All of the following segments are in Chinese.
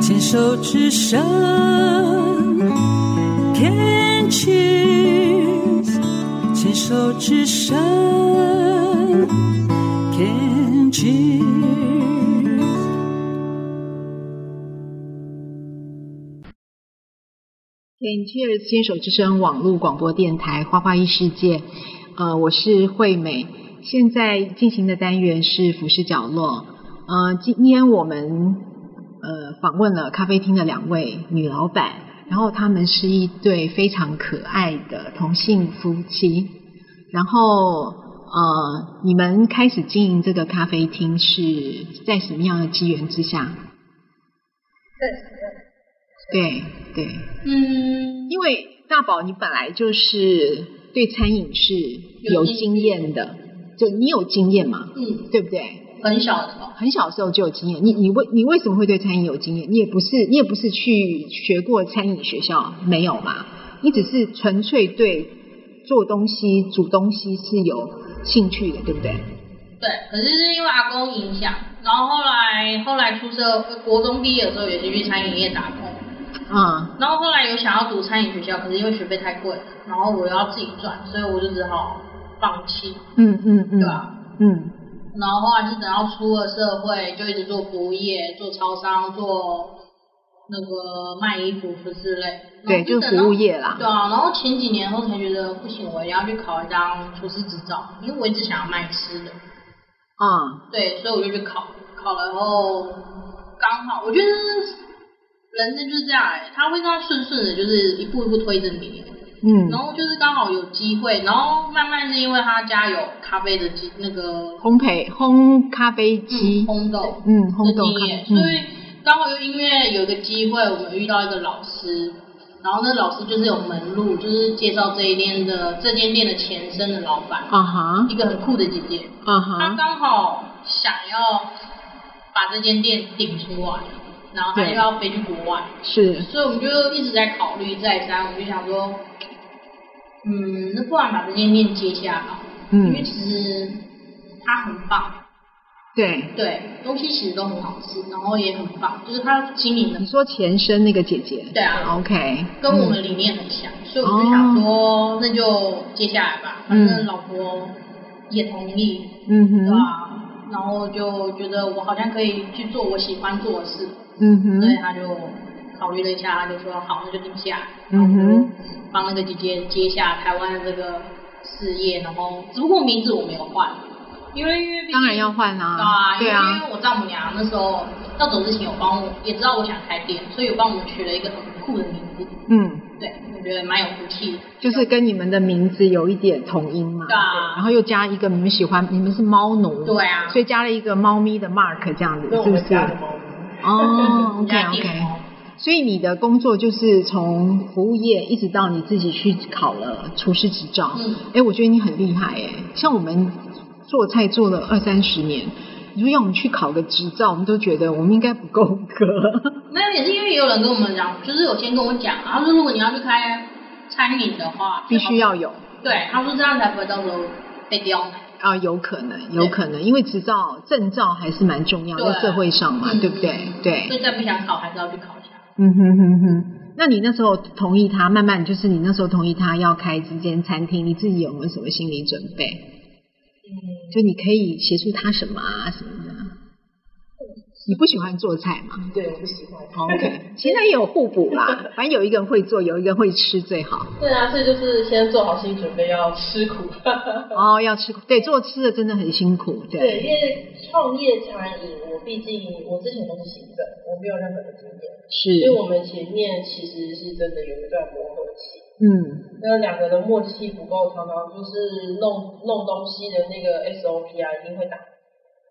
牵手之声，Can cheers，牵手之声，Can cheers。 Can Cheers 牵手之声网络广播电台《花花异世界》，呃，我是惠美。现在进行的单元是服饰角落。呃，今天我们呃访问了咖啡厅的两位女老板，然后她们是一对非常可爱的同性夫妻。然后呃，你们开始经营这个咖啡厅是在什么样的机缘之下？对对，嗯，因为大宝，你本来就是对餐饮是有经验的，就你有经验嘛，嗯，对不对？很小的时候，很小时候就有经验，你你为你为什么会对餐饮有经验？你也不是你也不是去学过餐饮学校，没有嘛？你只是纯粹对做东西、煮东西是有兴趣的，对不对？对，可是是因为阿公影响，然后后来后来出社会，国中毕业的时候也是去餐饮业打工，啊、然后后来有想要读餐饮学校，可是因为学费太贵，然后我又要自己赚，所以我就只好放弃，嗯嗯嗯，对吧、嗯然后后来是等到出了社会，就一直做服务业、做超商、做那个卖衣服之类，对，然后就是等到服务业啦。对啊，然后前几年后才觉得不行，我一定要去考一张厨师执照，因为我一直想要卖吃的。啊、对，所以我就去考，考了后刚好，我觉得人生就是这样哎、他会这样顺顺的，就是一步一步推着你。嗯，然后就是刚好有机会，然后慢慢是因为他家有咖啡的机那个烘焙烘咖啡嗯机，烘豆嗯，的烘豆经咖验，啡，所嗯。以刚好又因为有个机会，我们遇到一个老师。然后那老师就是有门路，就是介绍这一店的这间店的前身的老板，啊哈一，个很酷的姐姐。啊他哈，刚好想要把这间店顶出来，然后他对又要飞去国外，是，所以我们就一直在考虑再三，我们就想说，嗯，那不然把这间店接下吧，因为嗯，其实它很棒，对。对，东西其实都很好吃，然后也很棒，就是它经营的你说前身那个姐姐，对啊，OK，跟我嗯们理念很像，所以我们就想说，那就接下来吧，反嗯正老婆也同意，嗯对哼，啊，然后就觉得我好像可以去做我喜欢做的事，嗯所以哼，他就考虑了一下，他就说好，那就定下来，嗯然后就哼帮那个姐姐接下台湾的这个事业，然后只不过名字我没有换，因为因为毕竟当然要换对啦，啊，因对为因啊，为我丈母娘那时候要走之前有帮我，也知道我想开店，所以有帮我取了一个很酷的名字，嗯，对我觉得蛮有福气的，就是跟你们的名字有一点同音嘛，对啊然后又加一个你们喜欢，你们是猫奴，对啊所以加了一个猫咪的 mark 这样子，那我是不们是家？的猫哦人咪，，OK 家店 OK，哦所以你的工作就是从服务业一直到你自己去考了厨师执照。嗯哎、我觉得你很厉害哎、像我们做菜做了二三十年，你说要我们去考个执照，我们都觉得我们应该不够 格。没有，也是因为也有人跟我们讲，就是有先跟我讲，他说如果你要去开餐饮的话，必须要嗯有对，他说这样才不会到时候被刁难。啊，有可能，有可能，因为执照、证照还是蛮重要，对在社会上嘛，嗯对不对？所对，以再不想考，还是要去考一下。嗯哼哼哼。那你那时候同意他，慢慢就是你那时候同意他要开这间餐厅，你自己有没有什么心理准备？嗯，就你可以协助他什么啊什么的。你不喜欢做菜吗对，我不喜欢。 ？OK，其实也有互补啦，反正有一个人会做，有一个人会吃最好。对啊，所以就是先做好心理准备，要吃苦。 哦，要吃，对，做吃的真的很辛苦，对，对，因为创业餐饮，我毕竟我之前都是行政，我没有任何的经验，所以是，我们前面其实是真的有一段磨合期。嗯，那两个人默契不够，常常就是弄弄东西的那个 SOP 啊，一定会打。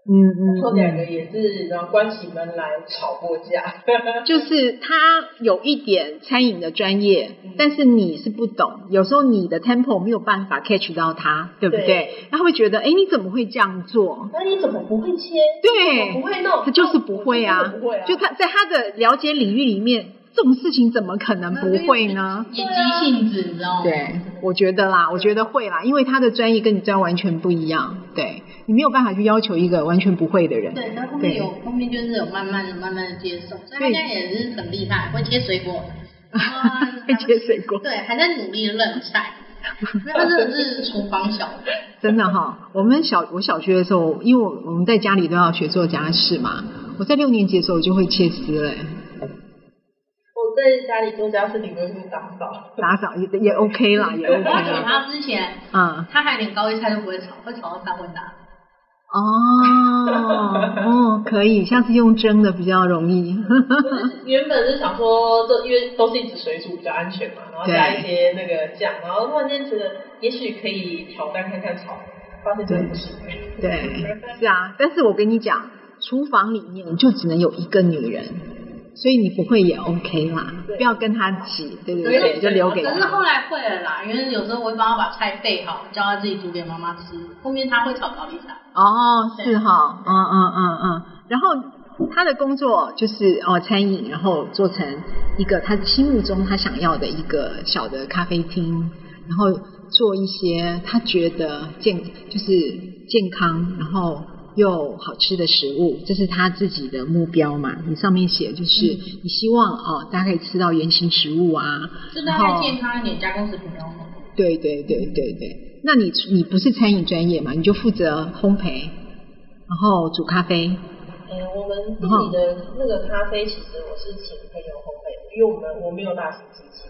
嗯然后两嗯个也是，然后关起门来吵过架。嗯，就是他有一点餐饮的专业，但是你是不懂，有时候你的 tempo 没有办法 catch 到他，对不对？对他会觉得，哎，你怎么会这样做？那你怎么不会切？对，不会弄，他就是不会啊，我真的不会啊，就他在他的了解领域里面，这种事情怎么可能不会呢？也急性子，你知道吗？对，我觉得啦，我觉得会啦，因为他的专业跟你专业完全不一样，对你没有办法去要求一个完全不会的人。对，他后面有后面就是有慢慢的、慢慢的接受，所以他现在也是很厉害，会切水 果，会切水果对，还在努力认 菜。没有，他真的是厨房小白。真的哈、我们小我小学的时候，因为我我们在家里都要学做家事嘛，我在六年级的时候我就会切丝了、我在家里做家事，顶多就是打扫。打扫也也 OK 啦，也 OK 我要给啦，他之前，嗯。他还连高一菜都不会炒，会炒到三温打。哦，哦，可以，下次用蒸的比较容易。 原本是想说，这因为都是一直水煮比较安全嘛，然后加一些那个酱，然后突然间觉得也许可以挑战看看炒，发现真的不行。对，是啊，但是我跟你讲，厨房里面就只能有一个女人，所以你不会也 OK 啦，对不要跟她挤，对对对对，就留给可是她。后来会了啦，因为有时候我会帮他把菜备好，叫他自己煮给妈妈吃。后面他会炒高丽菜，哦，是哈，嗯嗯嗯嗯，然后。她的工作就是哦，餐饮，然后做成一个她心目中她想要的一个小的咖啡厅，然后做一些她觉得健就是健康，然后又好吃的食物，这是她自己的目标嘛。你上面写就是、你希望哦，大家可以吃到原形食物啊，就大概健康一点，加工食品比较好。对对对对对，那你你不是餐饮专业嘛？你就负责烘焙，然后煮咖啡。嗯，我们店里的那个咖啡，其实我是请朋友烘焙的，因为我们我没有大型机器。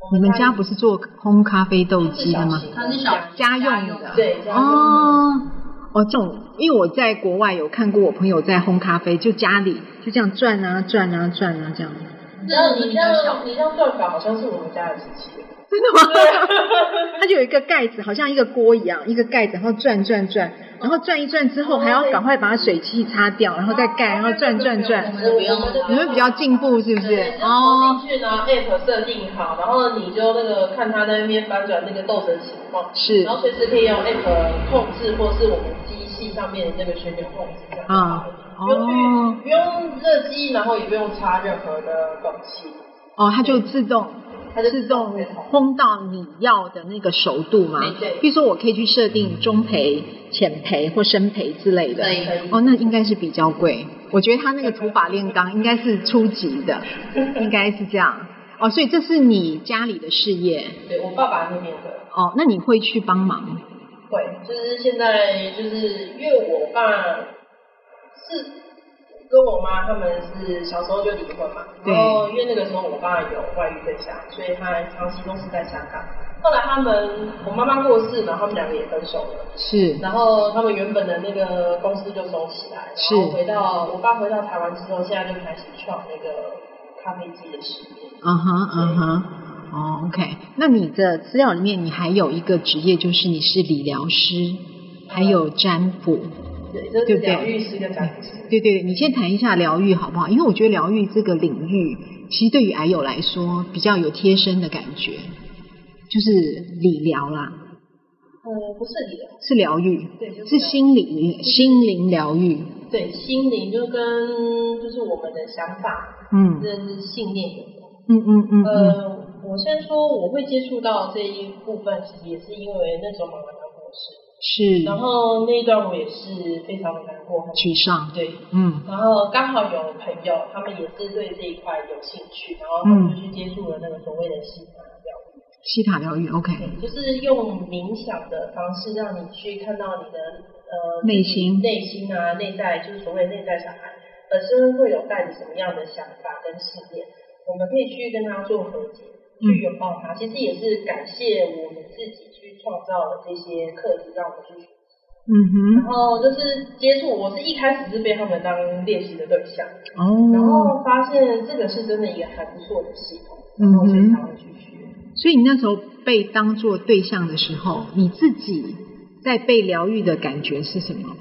我你们家不是做烘咖啡豆是机的吗？它是小家用用的对，家用哦，哦，这种，因为我在国外有看过我朋友在烘咖啡，就家里就这样转啊转啊转啊这样。你这这样种你比这较小样，你这样转法好像是我们家的机器。真 的吗？它就有一个盖子，好像一个锅一样，一个盖子，然后转转转，然后转一转之后，还要赶快把水汽擦掉，然后再盖，然后转转转。我们不用你们比较进步是不是？哦哦，进去呢，app 设定好，然后你就那个看它那边翻转那个豆子的情况，是然后随时可以用 app 控制，或是我们机器上面的那个旋钮控制这样就好了。嗯不用去哦不用热机，然后也不用插任何的东西。哦，它就自动。它就自动烘到你要的那个熟度吗对对？比如说，我可以去设定中培、浅培或深培之类的可。以，哦，那应该是比较贵。我觉得它那个土法炼钢应该是初级的， 应该是这样。哦，所以这是你家里的事业。对我爸爸那边的，哦，那你会去帮忙？会，就是现在就是因为我爸是跟我妈他们是小时候就离婚嘛，对然后因为那个时候我爸有外遇对象，所以他长期都是在香港。后来他们我妈妈过世，然后他们两个也分手了，是然后他们原本的那个公司就收起来，是然后回到我爸回到台湾之后，现在就开始创那个咖啡机的事业。嗯哼，嗯哼，哦，OK。那你的资料里面，你还有一个职业，就是你是理疗师，还有占卜。对，这对是不对疗愈师跟占卜师。对对，对你先谈一下疗愈好不好？因为我觉得疗愈这个领域，其实对于癌友来说比较有贴身的感觉，就是理疗啦，呃，不是理疗，是疗愈，对，就是疗愈心理心灵疗愈。对，心灵就跟就是我们的想法、嗯跟信念有关。嗯嗯嗯嗯，呃，我先说我会接触到这一部分，其实也是因为那时候妈妈刚过世，是然后那一段我也是非常的难过，很沮丧。对。嗯然后刚好有朋友，他们也是对这一块有兴趣，然后他嗯们就去接触了那个所谓的西塔疗愈。西塔疗愈，OK，对，就是用冥想的方式，让你去看到你的呃内心内心啊、内在，就是所谓内在小孩本身会有带着什么样的想法跟信念，我们可以去跟他做和解，去拥抱他。其实也是感谢我们自己去创造了这些课题，让我们去学习。嗯然后就是接触，我是一开始是被他们当练习的对象，哼，哦，然后发现这个是真的一个还不错的系统，然后所以才会去学。所以你那时候被当做对象的时候，你自己在被疗愈的感觉是什么？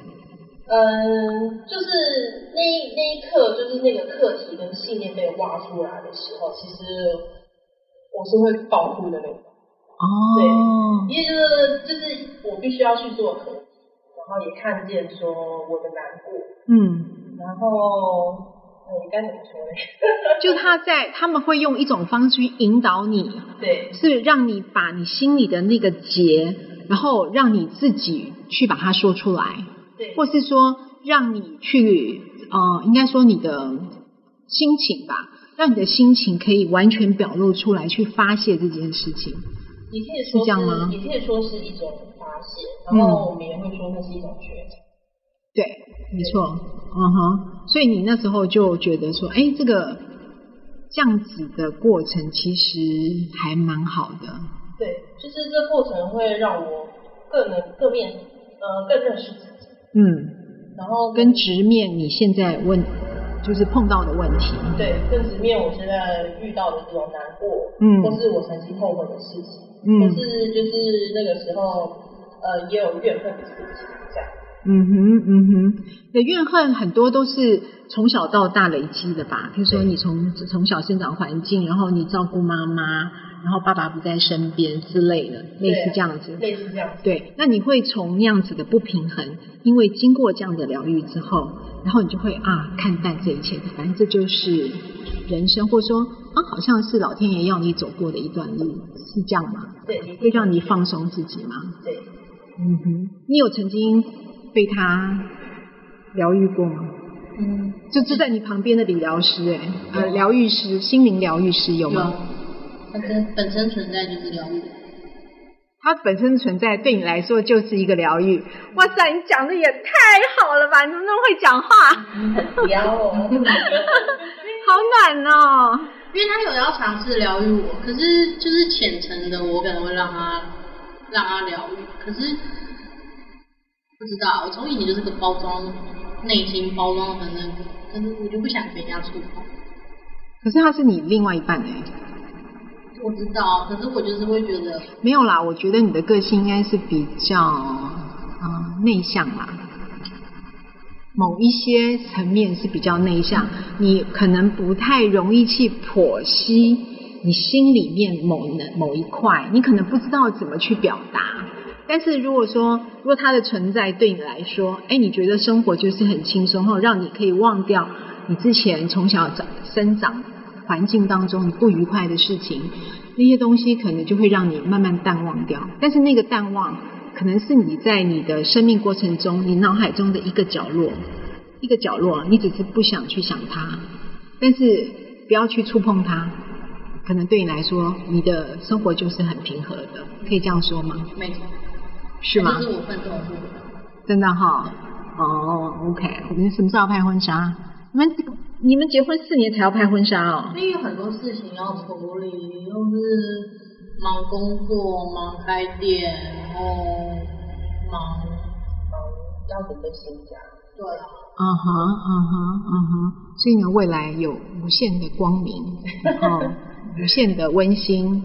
嗯，就是那一那一刻，就是那个课题跟信念被挖出来的时候，其实我是会保护的那种，哦，因为就是就是我必须要去做课题，然后也看见说我的难过，嗯然后嗯，我应该怎么说呢？就他在他们会用一种方式去引导你， 对，是让你把你心里的那个结，然后让你自己去把它说出来，对，或是说让你去呃，应该说你的心情吧，让你的心情可以完全表露出来，去发泄这件事情。你可以说是这样吗你可以说是一种发泄，然后我们也会说那是一种觉察。对，没错，嗯哼，所以你那时候就觉得说，哎，这个这样子的过程其实还蛮好的，对，就是这过程会让我更能更面呃更认识自己，嗯，然后跟直面你现在问就是碰到的问题，对更直面我现在遇到的这种难过，嗯或是我曾经后悔的事情，嗯或是就是那个时候呃也有怨恨的事情，这样。嗯哼，嗯哼，你的怨恨很多都是从小到大累积的吧？比如说对你从从小生长环境，然后你照顾妈妈，然后爸爸不在身边之类的，类似这样子。类似这样 子。对，那你会从那样子的不平衡，因为经过这样的疗愈之后，然后你就会啊看淡这一切，反正这就是人生，或者说啊好像是老天爷要你走过的一段路，是这样吗？对，你可会以让你放松自己吗？对，嗯哼，你有曾经被他疗愈过吗？嗯，就坐在你旁边的理疗师、欸，哎，呃，疗愈师，心灵疗愈师有有吗？，本身本身存在就是疗愈。它本身存在对你来说就是一个疗愈。哇塞，你讲的也太好了吧？你怎么那么会讲话？不要哦。好暖哦、因为他有要尝试疗愈我，可是就是浅层的，我可能会让他让他疗愈，可是不知道，我从以前就是个包装，内心包装的那个，可是我就不想给人家触碰。可是他是你另外一半哎、我知道，可是我就是会觉得，没有啦，我觉得你的个性应该是比较啊、呃内向啦，某一些层面是比较内向，你可能不太容易去剖析你心里面某能某一块，你可能不知道怎么去表达。但是如果说，如果它的存在对你来说，哎，你觉得生活就是很轻松，后让你可以忘掉你之前从小长生长环境当中你不愉快的事情，那些东西可能就会让你慢慢淡忘掉。但是那个淡忘，可能是你在你的生命过程中，你脑海中的一个角落，一个角落，你只是不想去想它，但是不要去触碰它。可能对你来说，你的生活就是很平和的，可以这样说吗？没错，是吗这？是我奋斗的路。真的哈、哦，OK，我们什么时候要拍婚纱？你们你们结婚四年才要拍婚纱哦？因为有很多事情要处理，又是忙工作、忙开店，然后忙要准备新家，对啊，嗯哼，嗯哼，嗯哼，所以呢，未来有无限的光明，然 后无限的温馨，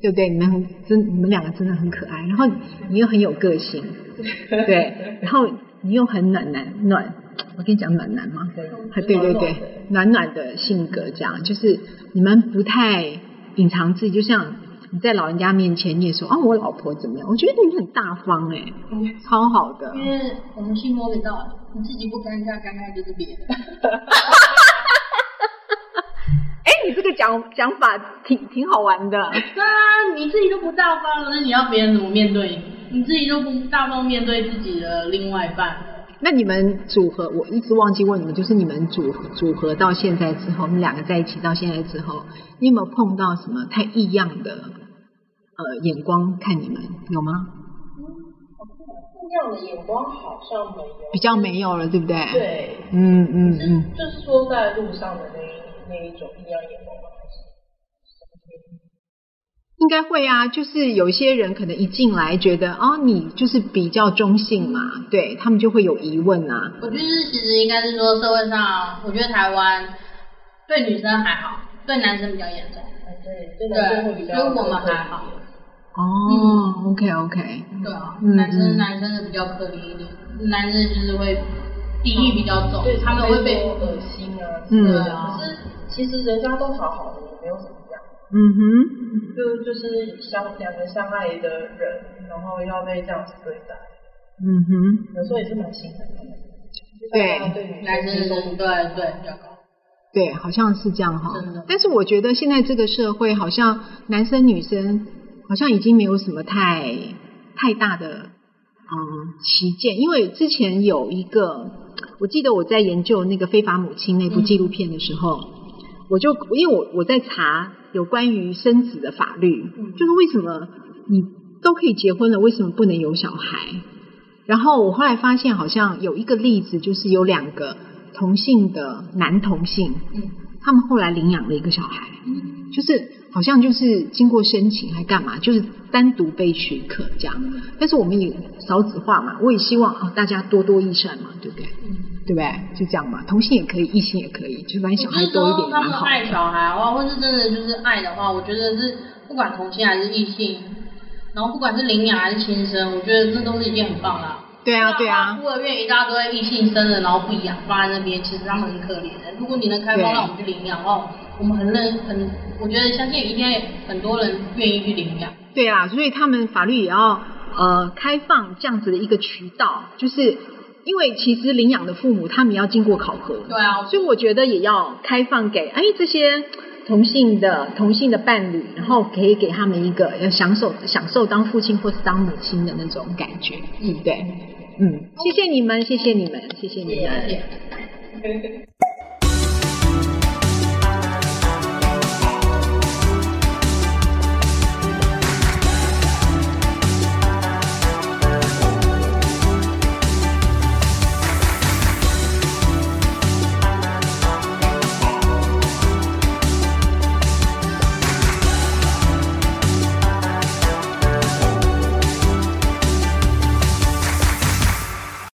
对不对？你们很真，你们两个真的很可爱，然后你又很有个性， 对，然后你又很暖男暖，我跟你讲暖男吗？可以啊，对对暖对暖的，暖暖的性格，这样就是你们不太隐藏自己，就像你在老人家面前你也说啊，我老婆怎么样？我觉得你们很大方哎、超好的，因为我们信摸得到，你自己不尴尬，尴尬就是别人。哎，你这个讲讲法挺挺好玩的。对啊，你自己都不大方了，那你要别人怎么面对你？你自己都不大方面对自己的另外一半， 那你们组合，我一直忘记问你们，就是你们组组合到现在之后，你们两个在一起到现在之后，你有没有碰到什么太异样的呃眼光看你们？有吗？不一样的眼光好像没有。比较没有了，对不对？。对，嗯嗯是嗯，就是说在路上的那一那一种异样眼光吗？还是应该会啊。就是有一些人可能一进来觉得哦，你就是比较中性嘛，对他们就会有疑问啊。我觉得其实应该是说社会上，我觉得台湾对女生还好，对男生比较严重。啊对，对男生会比对，较所以我们还好。哦、o k OK，对啊，嗯男嗯生男生的比较可怜一点，男生就是会敌意比较重对，他们会被说恶心啊，嗯对啊。可是其实人家都好好的，也没有怎么样。嗯哼，就就是相两个相爱的人，然后要被这样子对待，嗯哼。有时候也是蛮心疼的。对对女男生生的说对对比较高。对，好像是这样哈真的。但是我觉得现在这个社会，好像男生女生好像已经没有什么太太大的嗯旗舰，因为之前有一个，我记得我在研究那个《非法母亲》那部纪录片的时候，我就因为我我在查有关于生子的法律，嗯就是为什么你都可以结婚了，为什么不能有小孩？然后我后来发现，好像有一个例子，就是有两个同性的男同性，嗯他们后来领养了一个小孩，嗯就是好像就是经过申请还干嘛，就是单独被许可这样。但是我们也少子化嘛，我也希望啊大家多多益善嘛，对不对？嗯，对不对？就这样嘛，同性也可以，异性也可以，就反正小不孩是多一说点也他蛮们好爱的。小孩的话，或是真的就是爱的话，我觉得是不管同性还是异性，然后不管是领养还是亲生，我觉得这都是一件很棒的、啊。对啊，对啊孤，儿院一大堆异性生的，然后不养放在那边，其实他们很可怜的。如果你能开对放让我们去领养，哦，我们很认很，我觉得相信一定很多人愿意去领养。对啊，所以他们法律也要呃开放这样子的一个渠道，就是因为其实领养的父母他们要经过考核，对啊，所以我觉得也要开放给哎这些同性的同性的伴侣，然后可以给他们一个要享受享受当父亲或是当母亲的那种感觉，嗯对不对？嗯，谢谢你们，谢谢你们，谢谢你们。谢谢。